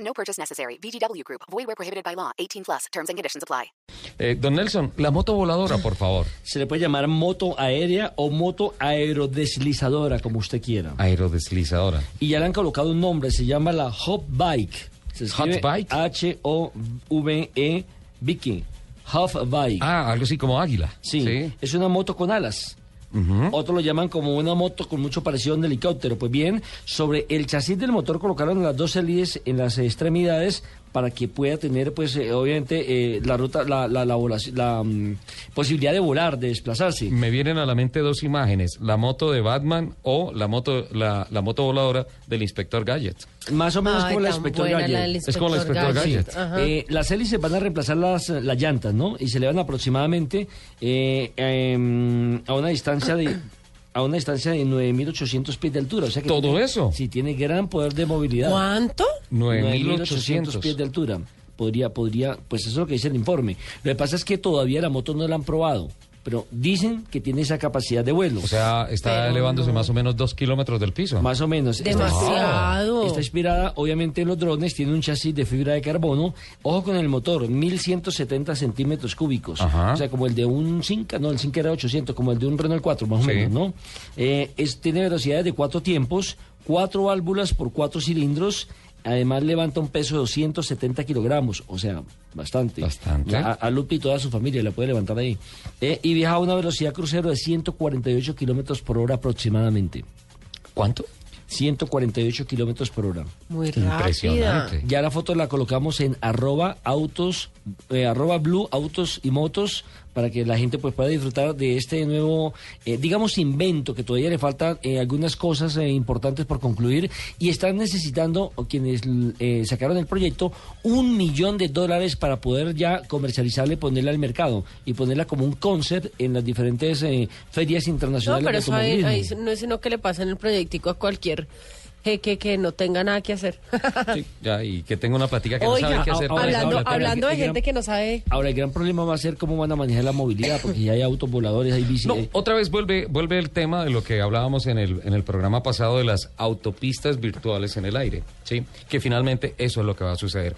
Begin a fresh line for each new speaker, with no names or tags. No purchase necessary. VGW Group. Void where prohibited by law. 18 plus. Terms and conditions apply.
Eh, don Nelson, la moto voladora, por favor.
Se le puede llamar moto aérea o moto aerodeslizadora, como usted quiera.
Aerodeslizadora.
Y ya le han colocado un nombre, se llama la Hop Bike. Se escribe
Hot Bike?
H-O-V-E Viking. E, Hop Bike.
Ah, algo así como águila.
sí, es una moto con alas. Otros lo llaman como una moto con mucho parecido a un helicóptero. Pues bien, sobre el chasis del motor colocaron las dos hélices en las extremidades para que pueda tener, pues, eh, obviamente, eh, la ruta, la, la, la volaci- la, mm, posibilidad de volar, de desplazarse.
Me vienen a la mente dos imágenes, la moto de Batman o la moto, la, la moto voladora del inspector Gadget.
Más o menos
Ay,
como la
tan
inspector
buena
Gadget.
la del
Es como la
inspector
inspector
Gadget.
Gadget.
Ajá.
Eh, las hélices van a reemplazar las, las llantas, ¿no? Y se le van aproximadamente eh, em, a una distancia de a una distancia de 9.800 pies de altura. O sea que
¿Todo
tiene-
eso?
Sí, tiene gran poder de movilidad.
¿Cuánto?
9.800
pies de altura. Podría, podría, pues eso es lo que dice el informe. Lo que pasa es que todavía la moto no la han probado, pero dicen que tiene esa capacidad de vuelo.
O sea, está
Pero
elevándose
no.
más o menos dos kilómetros del piso.
Más o menos. Está
Demasiado. Ah,
inspirada- Está inspirada, obviamente, en los drones. Tiene un chasis de fibra de carbono. Ojo con el motor, 1170 centímetros cúbicos.
Ajá.
O sea, como el de un Cinca, no, el Cinca era 800, como el de un Renault 4, más o
Sí.
menos, ¿no? Eh, es- tiene velocidades de cuatro tiempos, cuatro válvulas por cuatro cilindros. Además, levanta un peso de 270 kilogramos, o sea, bastante.
Bastante.
A, a Lupi y toda su familia la puede levantar ahí. Eh, y viaja a una velocidad crucero de 148 kilómetros por hora aproximadamente.
¿Cuánto?
148 kilómetros por hora.
Muy rápida.
Impresionante.
Ya la foto la colocamos en arroba autos, eh, arroba blue autos y motos para que la gente pues pueda disfrutar de este nuevo, eh, digamos, invento que todavía le faltan eh, algunas cosas eh, importantes por concluir y están necesitando, o quienes l- eh, sacaron el proyecto, un millón de dólares para poder ya comercializarla y ponerla al mercado y ponerla como un concept en las diferentes eh, ferias
No,
internacionales.
pero
de
eso ahí,
automovilismo.
ahí no es sino que le pasa en el proyectico a cualquier jeque que no tenga nada que hacer.
Sí, ya, y que tengo una platica que no sabe qué hacer.
ahora-
para
Ah. hablando,
esa plata.
hablando de
Oiga.
gente que no sabe.
Ahora, el gran problema va a ser cómo van a manejar la movilidad, porque ya hay autos voladores, hay bici.
No,
eh,
otra vez vuelve, vuelve el tema de lo que hablábamos en el, en el programa pasado de las autopistas virtuales en el aire, ¿sí? Que finalmente eso es lo que va a suceder.